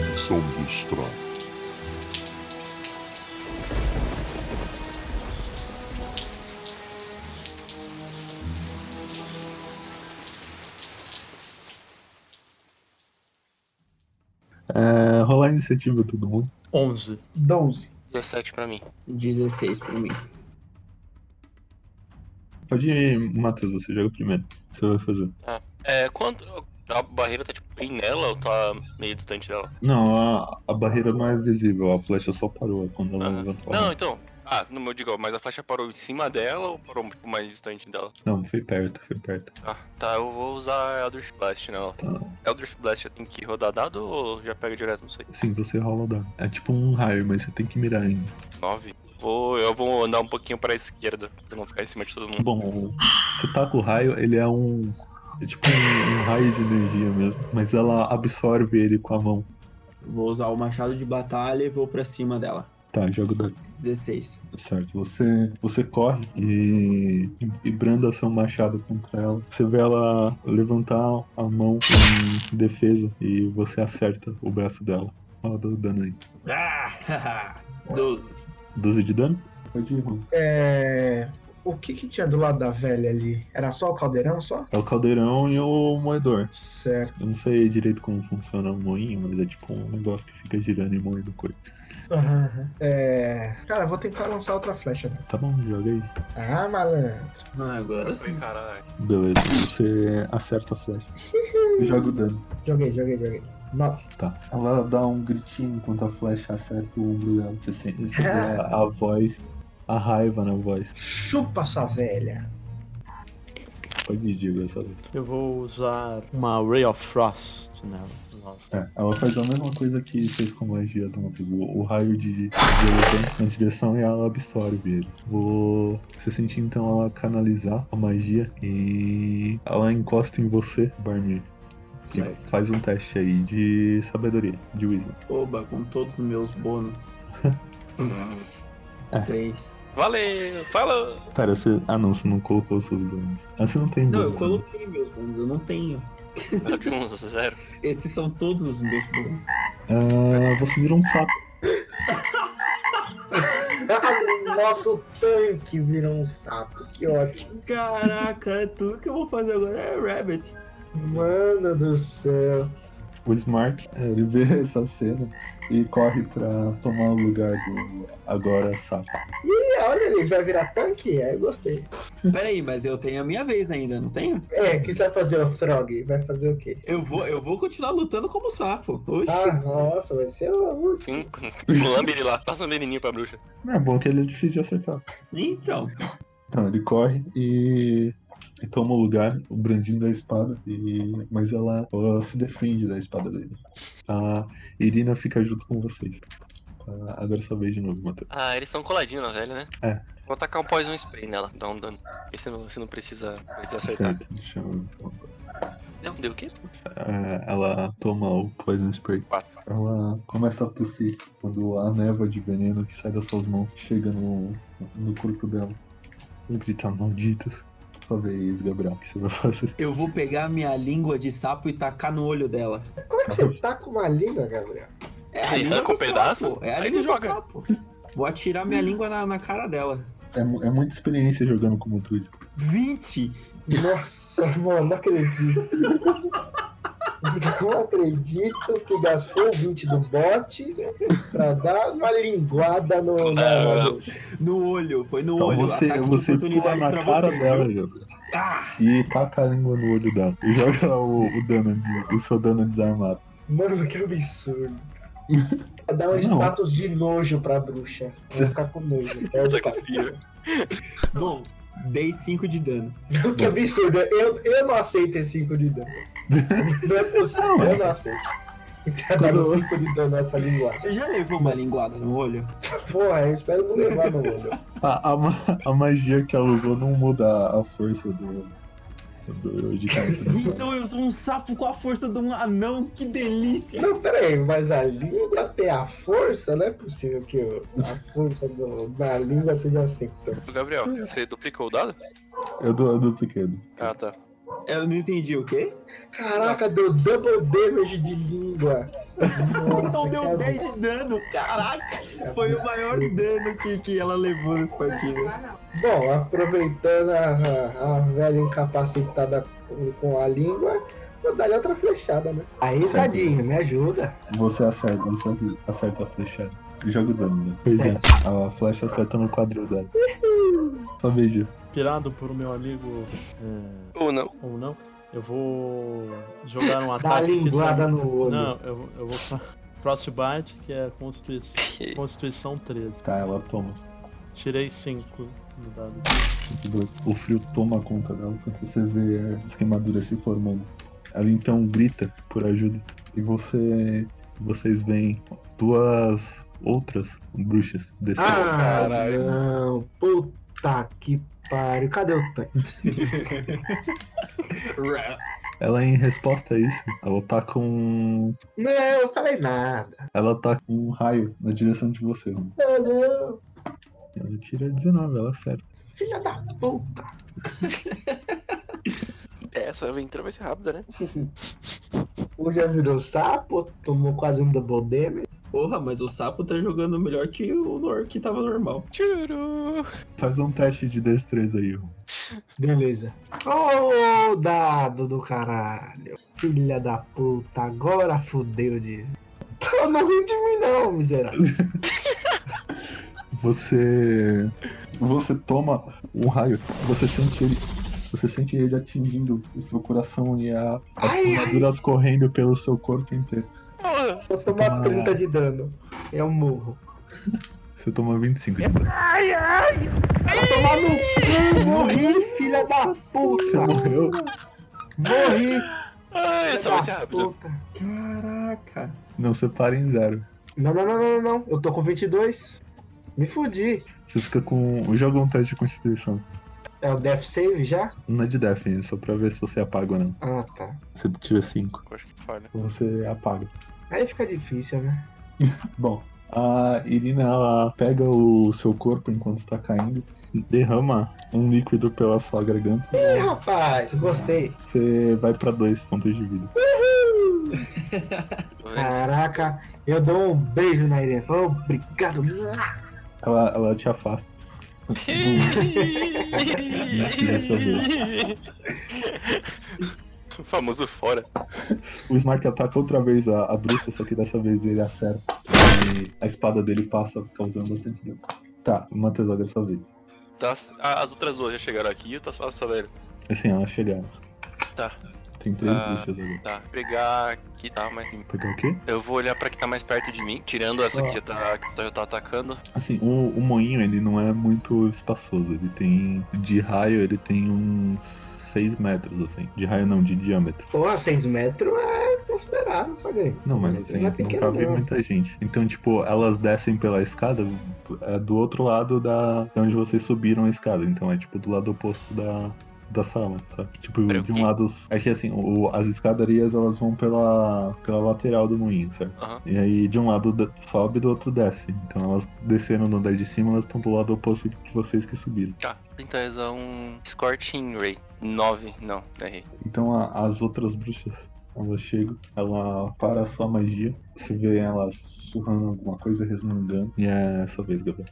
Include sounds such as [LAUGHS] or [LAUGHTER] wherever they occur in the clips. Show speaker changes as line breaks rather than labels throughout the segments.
direção do estrado.
É, rolar a iniciativa, todo mundo.
11.
12.
17 pra mim.
16 pra mim.
Pode ir, Matheus, você joga primeiro. O que você vai fazer?
É, quanto. A barreira tá tipo bem nela ou tá meio distante dela?
Não, a, a barreira não é visível, a flecha só parou quando ela
Aham.
levantou. a mão.
Não, então. Ah, no meu digo, mas a flecha parou em cima dela ou parou um pouco mais distante dela?
Não, foi perto, foi perto.
Ah, tá, eu vou usar Eldritch Blast nela.
Tá.
Eldritch Blast eu tenho que rodar dado ou já pega direto? Não sei.
Sim, você rola o dado. É tipo um raio, mas você tem que mirar ainda.
9. Vou, eu vou andar um pouquinho pra esquerda pra não ficar em cima de todo mundo.
Bom, você taca o raio, ele é um. É tipo um, um raio de energia mesmo. Mas ela absorve ele com a mão.
Vou usar o machado de batalha e vou pra cima dela.
Tá, joga o dado.
16.
Certo, você, você corre e, e branda seu machado contra ela. Você vê ela levantar a mão em defesa e você acerta o braço dela. Roda o dano aí.
Ah, [LAUGHS] 12.
12 de dano? Pode ir, Ron.
É... O que que tinha do lado da velha ali? Era só o caldeirão, só?
É o caldeirão e o moedor.
Certo.
Eu não sei direito como funciona o moinho, mas é tipo um negócio que fica girando e moendo coisa.
Aham, aham. É... Cara, vou tentar lançar outra flecha. né?
Tá bom, joga aí.
Ah, malandro.
Ah, agora
Eu
sim.
falei, caralho.
Beleza, você acerta a flecha. Joga o dano.
Joguei, joguei, joguei. Nove.
Tá. Ela dá um gritinho enquanto a flecha acerta o ombro dela. Você sente você vê a, a voz, a raiva na voz.
Chupa sua velha. [LAUGHS]
Pode ir, digo essa vez.
Eu vou usar uma Ray of Frost nela. Nove.
É, ela faz a mesma coisa que fez com a magia do Matheus. O, o raio de, de elefante na direção e ela absorve ele. Vou. Você sente então ela canalizar a magia e ela encosta em você, Barmir. E
Certo.
Faz um teste aí de sabedoria, de wisdom.
Oba, com todos os meus bônus. 3.
Valeu! Falou!
Pera, você. Ah não, você não colocou os seus bônus. Ah, você não tem
Não,
bônus.
eu
né?
coloquei meus bônus, eu não tenho.
Era de um zero.
Esses são todos os meus bônus.
Ah, você virou um sapo.
Ah, Nosso tanque virou um sapo. Que ótimo.
Caraca, [LAUGHS] tudo que eu vou fazer agora é Rabbit.
Mano do céu.
O Smart, [LAUGHS] eh, ele vê essa cena e corre pra tomar o lugar do agora sapo.
Ih, olha ele vai virar tanque? É, eu gostei.
Pera aí, mas eu tenho a minha vez ainda, não tenho?
É, o que você vai fazer, o Frog? Vai fazer o quê?
Eu vou, eu vou continuar lutando como sapo. Oxi.
Ah, nossa, vai ser um...
Fim. [LAUGHS] Lambe ele lá, passa um menininho pra bruxa.
É bom que ele é difícil de acertar.
Então,
Então, ele corre e, e toma o lugar, o brandindo da espada, e, mas ela, ela se defende da espada dele. A Irina fica junto com vocês. Ah, Agora só vez de novo, Matheus.
Ah, eles estão coladinhos na velha, né?
É.
Vou tacar um poison spray nela, dá um dano. Porque você não, você não precisa, precisa acertar.
Certo, deixa eu ver uma coisa.
Não, deu o quê?
Ah, Ela toma o Poison Spray.
Quatro.
Ela começa a tossir quando a névoa de veneno que sai das suas mãos chega no, no corpo dela. E grita malditos. Sua vez, Gabriel, o que você vai fazer?
eu vou pegar minha língua de sapo e tacar no olho dela.
Como é que você tá com uma língua, Gabriel?
É a
Aí
língua
arranca
do
um pedaço,
sapo. É a
aí
língua
ele
do
joga.
sapo. Vou atirar minha língua na, na cara dela.
É, mu- é muita experiência jogando como druid.
20!
Nossa, mano, não acredito. Não acredito que gastou o 20 do bote pra dar uma linguada no. na-
Não.
No olho, foi no
Então
olho.
você,
Ataque
você
de
pula
tá oportunidade
na
pra
cara
você.
dela, Gabriel.
Ah,
E taca a língua no olho dela. E joga lá o, o dano, des- o seu dano desarmado.
Mano, que absurdo. Pra dar um
Não.
status de nojo pra bruxa. Vou ficar com nojo. É
[LAUGHS]
o
Puta que
status.
pariu.
bom, dei 5 de dano.
Que absurdo. Eu, eu não aceito esse 5 de dano. Não é possível,
Não, é.
eu não aceito. Tá dando 5 de dano nessa linguada.
Você já levou uma linguada no olho?
Porra, eu espero não levar no olho.
A, a, ma- a magia que ela usou não muda a força do. do de cada pessoa.
Então eu sou um sapo com a força de um anão, que delícia!
Não, peraí, mas a língua tem a força? Não é possível que o- a força do- da língua seja assim. então.
Gabriel, você duplicou o dado?
Eu dou, eu dou pequeno.
Ah, tá.
Eu não entendi o quê?
Caraca, deu double damage de língua. Nossa,
Então deu
cara,
10 de dano, caraca! Foi um- o maior dano que, que ela levou nesse partido.
Bom, aproveitando a, a velha incapacitada com- com a língua, vou dar-lhe outra flechada, né? Aí,
Certo.
tadinho, me ajuda.
Você acerta, você acerta a flechada. Joga o dano, né? Pois é, a flecha acerta no quadril dela. Só veja.
Inspirado por um meu amigo. é,
Ou não.
ou não? Eu vou jogar um
Dá a
ataque. que
linguada
tá-
no olho.
Não, eu, eu vou. fa- Frostbite, que é
[LAUGHS]
Constituição, Constituição 13.
Tá, ela toma.
Tirei 5 no dado. tá
O frio toma conta dela quando você vê as queimaduras se formando. Ela então grita por ajuda. E você. Vocês veem duas outras bruxas descendo.
Ah,
Caralho.
não. Puta que pariu. Cadê o tanque?
Ela em resposta a isso, ela tá com.
Não, eu falei nada.
Ela tá com um raio na direção de você. Né?
Não, não.
Ela tira 19, ela acerta.
Filha da puta.
Essa aventura vai ser rápida, né?
Um já virou sapo, tomou quase um double damage.
Porra, mas o sapo tá jogando melhor que o Nor que tava normal.
Tchuru.
Faz um teste de destreza aí, Ron.
Beleza. Ô, dado do caralho. Filha da puta, agora fudeu de. Tô, Não ri de mim, não, miserável.
Você. Você toma um raio, você sente ele. Você sente ele atingindo o seu coração e a, as
Ai, ai.
queimaduras correndo pelo seu corpo inteiro.
Porra.
Vou tomar
Tomara.
30 de dano. É um morro.
Você toma 25
É
de dano.
Vou tomar no cu, morri, filha da
Você
Nossa
puta.
morreu?
Morri.
Ah, essa vai ser
Filha da
rápida.
puta.
Caraca.
Não, você para em zero.
Não, não, não, não, não, não. Eu tô com 22. Me fudi.
Você fica com. Joga um teste de constituição.
É o Death Save já?
Não é de Defense, só pra ver se você apaga ou não.
Ah, tá.
Você tira 5.
Eu Acho que falha.
Você apaga.
Aí fica difícil, né?
Bom, a Irina ela pega o seu corpo enquanto está caindo, derrama um líquido pela sua garganta.
Ih, rapaz, gostei.
Você vai pra dois pontos de vida.
Tá
Ah.
vendo?
Caraca, eu dou um beijo na Irene. Falo, Obrigado.
Ela, ela te
[LAUGHS]
afasta.
[LAUGHS] O famoso fora.
O Smart ataca outra vez a, a bruxa, só que dessa vez ele acerta. E a espada dele passa, causando bastante dano. Tá, Matheus, olha dessa vez.
Tá, ah, as outras duas já chegaram aqui, tá só essa velha.
Assim, elas chegaram.
Tá.
Tem três
Ah.
bruxas agora.
Tá, pegar que tá mais.
Pegar o quê?
Eu vou olhar pra que tá mais perto de mim, tirando essa que já tá, que já tá atacando.
Assim, o, o moinho ele não é muito espaçoso. Ele tem. De raio, ele tem uns 6 metros, assim. De raio não, de diâmetro.
Porra, 6 metros é considerável pra ganhar.
Não, mas assim,
não é
não
pequeno,
cabe
não.
muita gente. Então, tipo, elas descem pela escada é, do outro lado da. de onde vocês subiram a escada. Então é tipo do lado oposto da. Da sala, sabe? Tipo,
Pera, o
de
quê?
um lado. É que assim, o- as escadarias elas vão pela, pela lateral do moinho, certo?
Aham.
E aí de um lado da- sobe do outro desce. Então elas desceram no andar de cima, elas estão do lado oposto de vocês que subiram.
Tá, tentar usar um Scorching Ray. 9, não, errei.
Então a- as outras bruxas, elas chegam, ela para a sua magia, você vê elas surrando alguma coisa, resmungando. E é essa vez, Gabriel.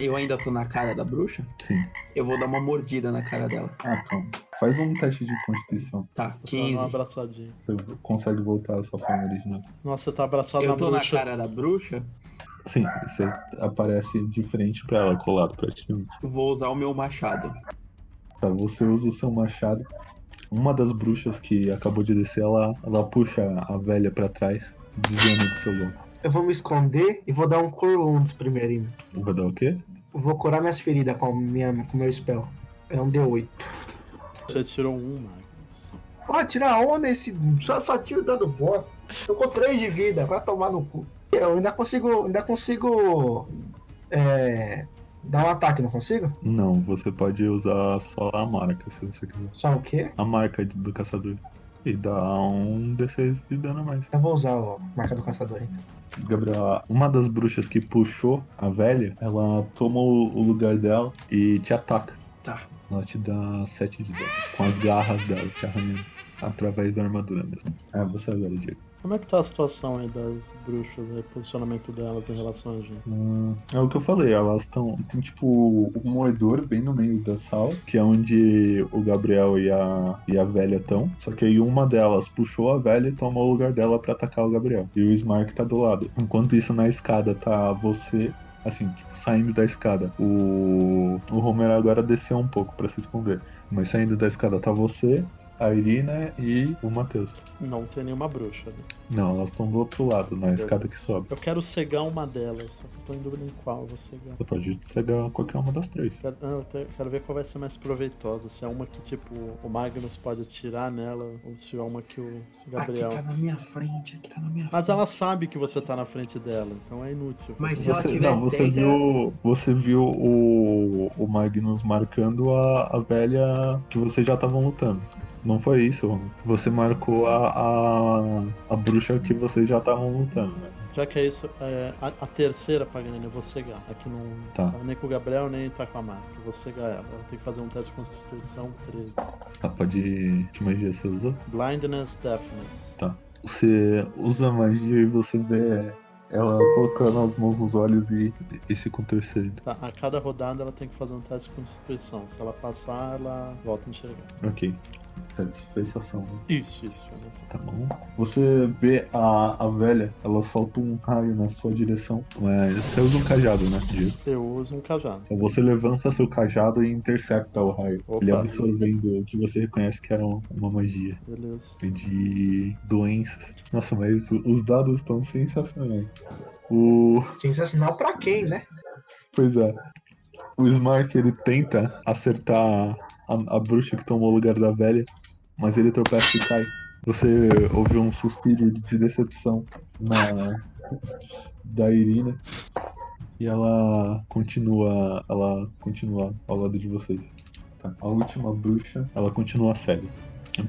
Eu ainda tô na cara da bruxa?
Sim.
Eu vou dar uma mordida na cara dela.
Ah, calma. Faz um teste de constituição.
Tá,
Só uma
15.
abraçadinha.
Você consegue voltar à sua forma original.
Nossa, você tá abraçado na
Eu tô na
bruxa.
cara da bruxa,
Sim, você aparece de frente pra ela, colado praticamente.
vou usar o meu machado.
Tá, você usa o seu machado. Uma das bruxas que acabou de descer, ela, ela puxa a velha pra trás, dizendo do seu lobo.
Eu vou me esconder e vou dar um Cure Wounds primeiro. hein?
Vai dar o quê?
Vou curar minhas feridas com minha, com meu spell. É um D8.
Você tirou um, Magnus.
Ó, tira onda esse. Só, só tiro dando bosta. Tô com 3 de vida, vai tomar no cu. Eu ainda consigo. Ainda consigo. É. Dar um ataque, não consigo?
Não, você pode usar só a marca, se você quiser.
Só o quê?
a marca de- do caçador. E dá um D6 de dano a mais.
Eu vou usar a marca do caçador, hein?
Gabriel, uma das bruxas que puxou a velha, ela toma o, o lugar dela e te ataca.
Tá.
Ela te dá 7 de dano. Com as garras dela, te arranhando. Através da armadura mesmo. Ah, você agora, Diego.
Como é que tá a situação aí das bruxas, aí, posicionamento delas em relação a gente?
Hum, é o que eu falei, elas estão. Tem tipo um moedor bem no meio da sala, que é onde o Gabriel e a, e a velha estão. Só que aí uma delas puxou a velha e tomou o lugar dela pra atacar o Gabriel. E o Smart tá do lado. Enquanto isso, na escada tá você. Assim, tipo, saindo da escada. O, o Homer agora desceu um pouco pra se esconder. Mas saindo da escada tá você, a Irina e o Matheus.
Não tem nenhuma bruxa ali.
Não, elas estão do outro lado, na escada que sobe.
Eu quero cegar uma delas, só que eu tô em dúvida em qual eu vou cegar.
Você pode cegar qualquer uma das três.
Quero, ah, eu te- quero ver qual vai ser mais proveitosa. Se é uma que, tipo, o Magnus pode atirar nela, ou se é uma que o Gabriel.
Aqui tá na minha frente, aqui tá na minha
Mas
frente.
ela sabe que você tá na frente dela, então é inútil.
Mas se ela
Você,
tiver
não, você
cega-
viu, você viu o, o Magnus marcando a, a velha que vocês já estavam lutando. Não foi isso, Romulo. Você marcou a, a, a bruxa que vocês já estavam lutando, né?
Já que é isso, é, a, a terceira Paganini eu vou cegar. Aqui não
Tá.
tá nem com o Gabriel, nem tá com a Marta. Eu vou cegar ela. Ela tem que fazer um teste de constituição 13.
Tá, pode. Que magia você usou?
Blindness, Deafness.
Você usa a magia e você vê ela colocando as mãos nos olhos e, e se contorcendo.
Tá, a cada rodada ela tem que fazer um teste de constituição. Se ela passar, ela volta a enxergar.
Ok. Satisfação, né?
Isso, isso. é isso.
Tá bom. Você vê a, a velha, ela solta um raio na sua direção. Mas você usa um cajado, né, Diego?
Eu uso um cajado.
Então você levanta seu cajado e intercepta o raio.
Opa.
Ele absorvendo o que você reconhece que era um- uma magia né,
Beleza.
de doenças. Nossa, mas o- os dados estão sensacionais. O.
Sensacional pra quem, né?
Pois é. O Smart ele tenta acertar a, a bruxa que tomou o lugar da velha, mas ele tropeça e cai. Você ouve um suspiro de decepção na da Irina e ela continua, ela continua ao lado de vocês. Tá. A última bruxa, ela continua séria.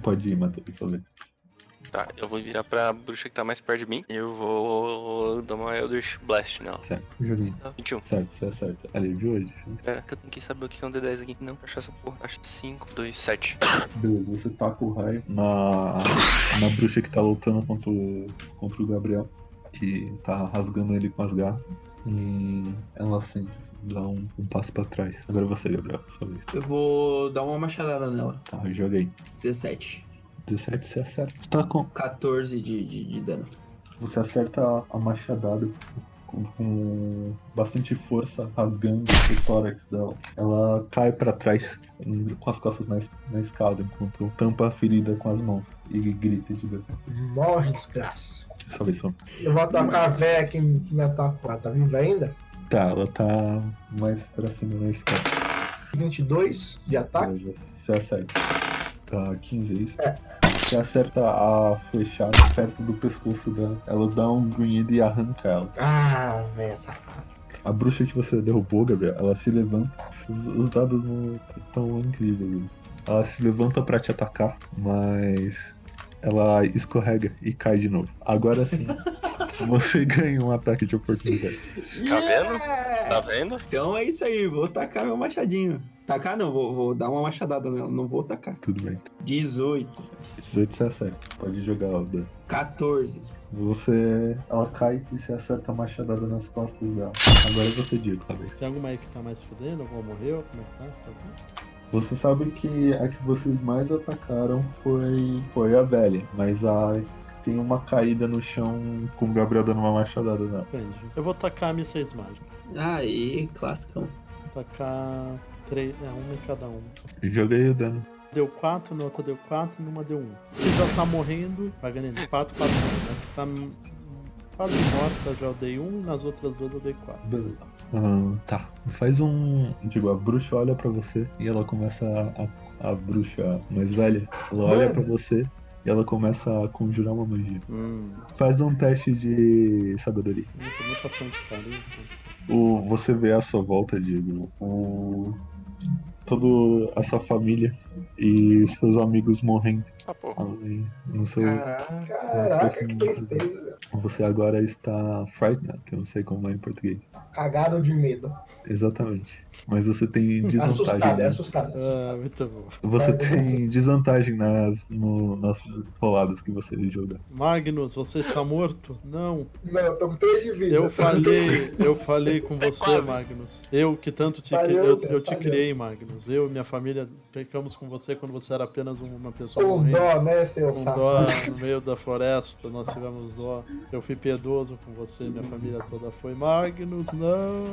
Pode ir, Matheus, por favor.
Tá, eu vou virar pra bruxa que tá mais perto de mim. Eu vou dar uma Eldritch Blast nela.
Certo, Julinho.
Tá, 21.
Certo, você acerta. Ali, viu hoje?
Pera, que eu tenho que saber o que é um D10 aqui. Não, achar essa porra. Acho 5, 2, 7.
Beleza, você taca o raio na, na bruxa que tá lutando contra o, contra o Gabriel, que tá rasgando ele com as garras. E ela assim, dá um, um passo pra trás. Agora você, Gabriel, sua vez.
Eu vou dar uma machadada nela.
Tá, joguei.
17.
17 você acerta. Você, tá com,
14 de, de, de dano.
você acerta a, a machadada com, com bastante força, rasgando o tórax dela. Ela cai pra trás, em- com as costas na, es- na escada, enquanto tampa a ferida com as mãos e grita de dor.
Morre, desgraça.
Sua vez, sua
Eu vou atacar a véia que que ainda tá, lá, tá viva ainda.
Tá, ela tá mais pra cima na escada.
22 de
Hum.
ataque.
Você acerta. Tá, 15 é isso. Você acerta a flechada perto do pescoço dela. Ela dá um grunhido e arranca ela.
Ah, velho, safado.
A bruxa que você derrubou, Gabriel, ela se levanta. Os, os dados não estão incríveis. né? Ela se levanta pra te atacar, mas ela escorrega e cai de novo. Agora sim, você ganha um ataque de oportunidade.
Tá vendo? Tá vendo?
Então é isso aí, vou tacar meu machadinho. Tacar não, vou, vou dar uma machadada nela, não vou tacar.
Tudo bem.
18,
18 você acerta. Pode jogar, Alda.
14.
Você. Ela cai e você acerta a machadada nas costas dela. Agora você diz, sabe?
Tem alguma aí que tá mais fudendo? Alguma morreu? Como é que tá? Você tá assim?
Você sabe que a que vocês mais atacaram foi. foi a velha, mas a. Tem uma caída no chão com o Gabriel dando uma machadada nela.
Entendi. Eu vou tacar a minha seis mágicas.
Aí, classicão.
Vou tacar três, é, uma em cada uma.
Joguei o dano.
Deu 4, na outra deu 4 e numa deu 1. Um. Ele já tá morrendo, vai ganhando 4, 4, 1, né? Tá hum, quase morta, já eu dei 1, um, nas outras duas eu dei 4.
Beleza. Ah, tá. Faz um. Digo, a bruxa olha pra você e ela começa a. A, a bruxa mais velha. Ela olha pra você e ela começa a conjurar uma magia.
Hum,
Faz um teste de sabedoria.
muita, muita ação de carisma.
o, você vê a sua volta, Diego, né? o, toda a sua família e os seus amigos morrendo.
Tá, pô. Uau.
Além, no seu,
Caraca.
Caraca, que tristeza.
você agora está frightened, que eu não sei como é em português.
Cagado de medo.
Exatamente. Mas você tem desvantagem.
Assustado, é
né?
assustado, é assustado.
Ah, muito bom.
Você
Vai,
tem desvantagem nas, no, nas roladas que você joga.
Magnus, você está morto? Não.
Não, eu tô com 3 de vida.
Eu falei, eu falei com você, Magnus. Eu que tanto te, cri-
Valeu,
eu,
cara,
eu te
valeu.
criei, Magnus. Eu e minha família pecamos com você quando você era apenas um, uma pessoa
Com
morrendo.
dó, né, seu
Com
sapo?
dó no meio da floresta, nós tivemos dó. Eu fui piedoso com você, minha família toda foi. Magnus, não.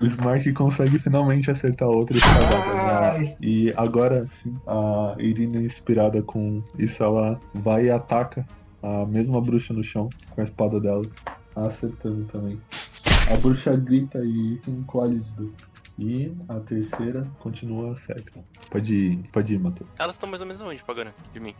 O Smart consegue finalmente acertar outras palavras.
Ah,
né?
isso.
E agora sim, a Irina, inspirada com isso, ela vai e ataca a mesma bruxa no chão com a espada dela, acertando também. A bruxa grita e se encolhe de dor. E a terceira continua seca. Pode ir, pode ir, Matheus.
Elas estão mais ou menos onde, Pagana? De mim.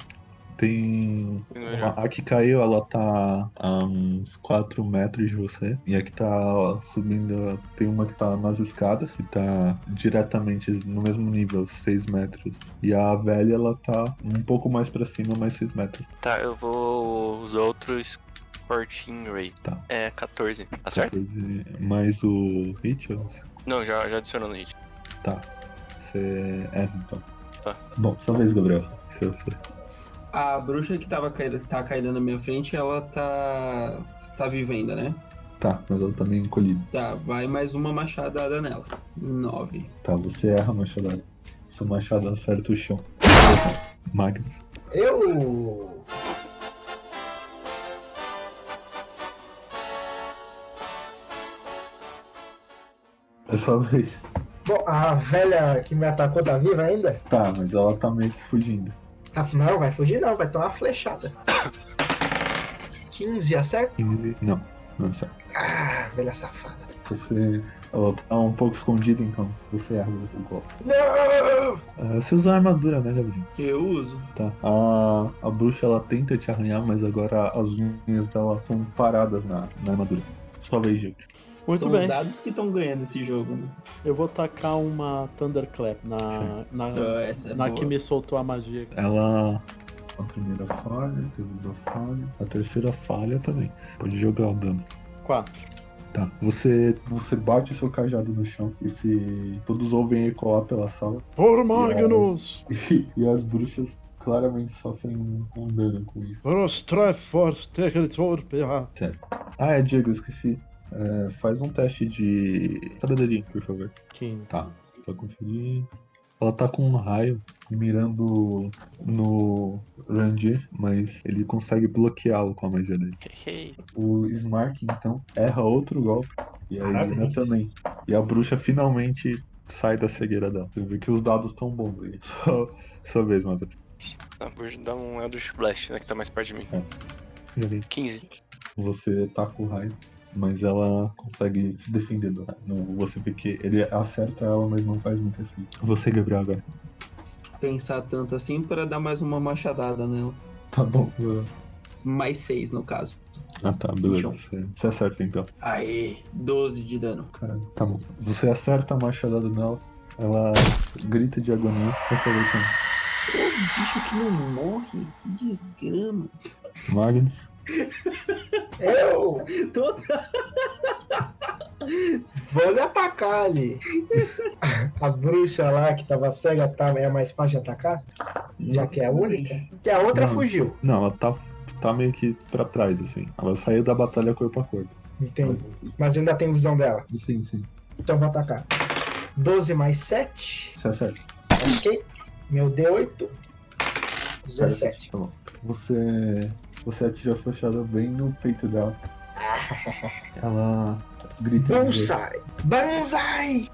Tem A, a que caiu, ela tá a uns 4 metros de você. E a que tá ó, subindo, tem uma que tá nas escadas, que tá diretamente no mesmo nível, 6 metros. E a velha, ela tá um pouco mais pra cima, mais 6 metros.
Tá, eu vou usar outro Scorching Ray.
Tá.
É, 14. Tá certo?
Mais o Hitchens.
Não, já, já adicionou no hit.
Tá. Você erra então.
Tá.
Bom, sua vez, Gabriel. Seu- seu-
A bruxa que tava caída, tá caída na minha frente, ela tá. tá viva ainda, né?
Tá, mas ela tá meio encolhida.
Tá, vai mais uma machadada nela. Nove.
Tá, você erra a machadada. Seu machado acerta o chão. Magnus.
Eu.
É sua vez.
Bom, a velha que me atacou tá viva ainda?
Tá, mas ela tá meio que fugindo.
Tá- Não, vai fugir não, vai tomar uma flechada. 15, acerta?
Quinze- Não, não é certo.
Ah, velha safada.
Você. Ela tá um pouco escondida, então você erra o golpe.
Não!
Ah, você usa a armadura, né, Gabriel?
Eu uso.
Tá. A, a bruxa ela tenta te arranhar, mas agora as unhas dela estão paradas na, na armadura. Sua vez, gente.
Muito
São
bem.
os dados que estão ganhando esse jogo, né?
Eu vou tacar uma Thunderclap na, na,
Ah, essa é
na
boa.
que me soltou a magia.
Ela. A primeira falha, a segunda falha, a terceira falha também. Pode jogar o dano.
4.
Tá. Você, você bate o seu cajado no chão e se todos ouvem ecoar pela sala.
Por Magnus!
[LAUGHS] E as bruxas claramente sofrem um um dano com isso.
Rostrefors territor PA.
Ah, é, Diego, eu esqueci. É, faz um teste de sabedoria, por favor.
15.
Tá. Pra conferir. Ela tá com um raio mirando no Randir, mas ele consegue bloqueá-lo com a magia dele.
Hehe.
O Smark, então, erra outro golpe. E a
Parabéns.
Irina também. E a bruxa finalmente sai da cegueira dela. Você vê que os dados estão bons aí. [LAUGHS] Só, sua vez, Matheus.
Tá, vou dar um Eldritch Blast, né? Que tá mais perto de mim.
Já vem.
15.
Você taca o raio, mas ela consegue se defender do raio. Não, Você vê que ele acerta ela, mas não faz muito efeito. Você, Gabriel, agora.
Pensar tanto assim pra dar mais uma machadada nela.
Tá bom.
Mais seis, no caso.
Ah, tá, beleza. Você, você acerta então.
Aê, 12 de dano.
Caralho. Tá bom. Você acerta a machadada nela, ela grita de agonia. Essa é a última.
Ô, bicho que não morre. Que desgrama. [LAUGHS]
Magnus,
Eu
Toda...
vou lhe atacar ali. [LAUGHS] a bruxa lá que tava cega tá, é mais fácil de atacar? Já que é a única? Que a outra
Não.
fugiu.
Não, ela tá, tá meio que pra trás, assim. Ela saiu da batalha corpo a corpo.
Entendo. Mas eu ainda tenho visão dela.
Sim, sim.
Então vou atacar. 12 mais 7.
Você acerta.
Ok. Meu D8. 17.
Tá bom. Você, você atira a flechada bem no peito dela. Ela grita. de dor.
Bonsai! Banzai!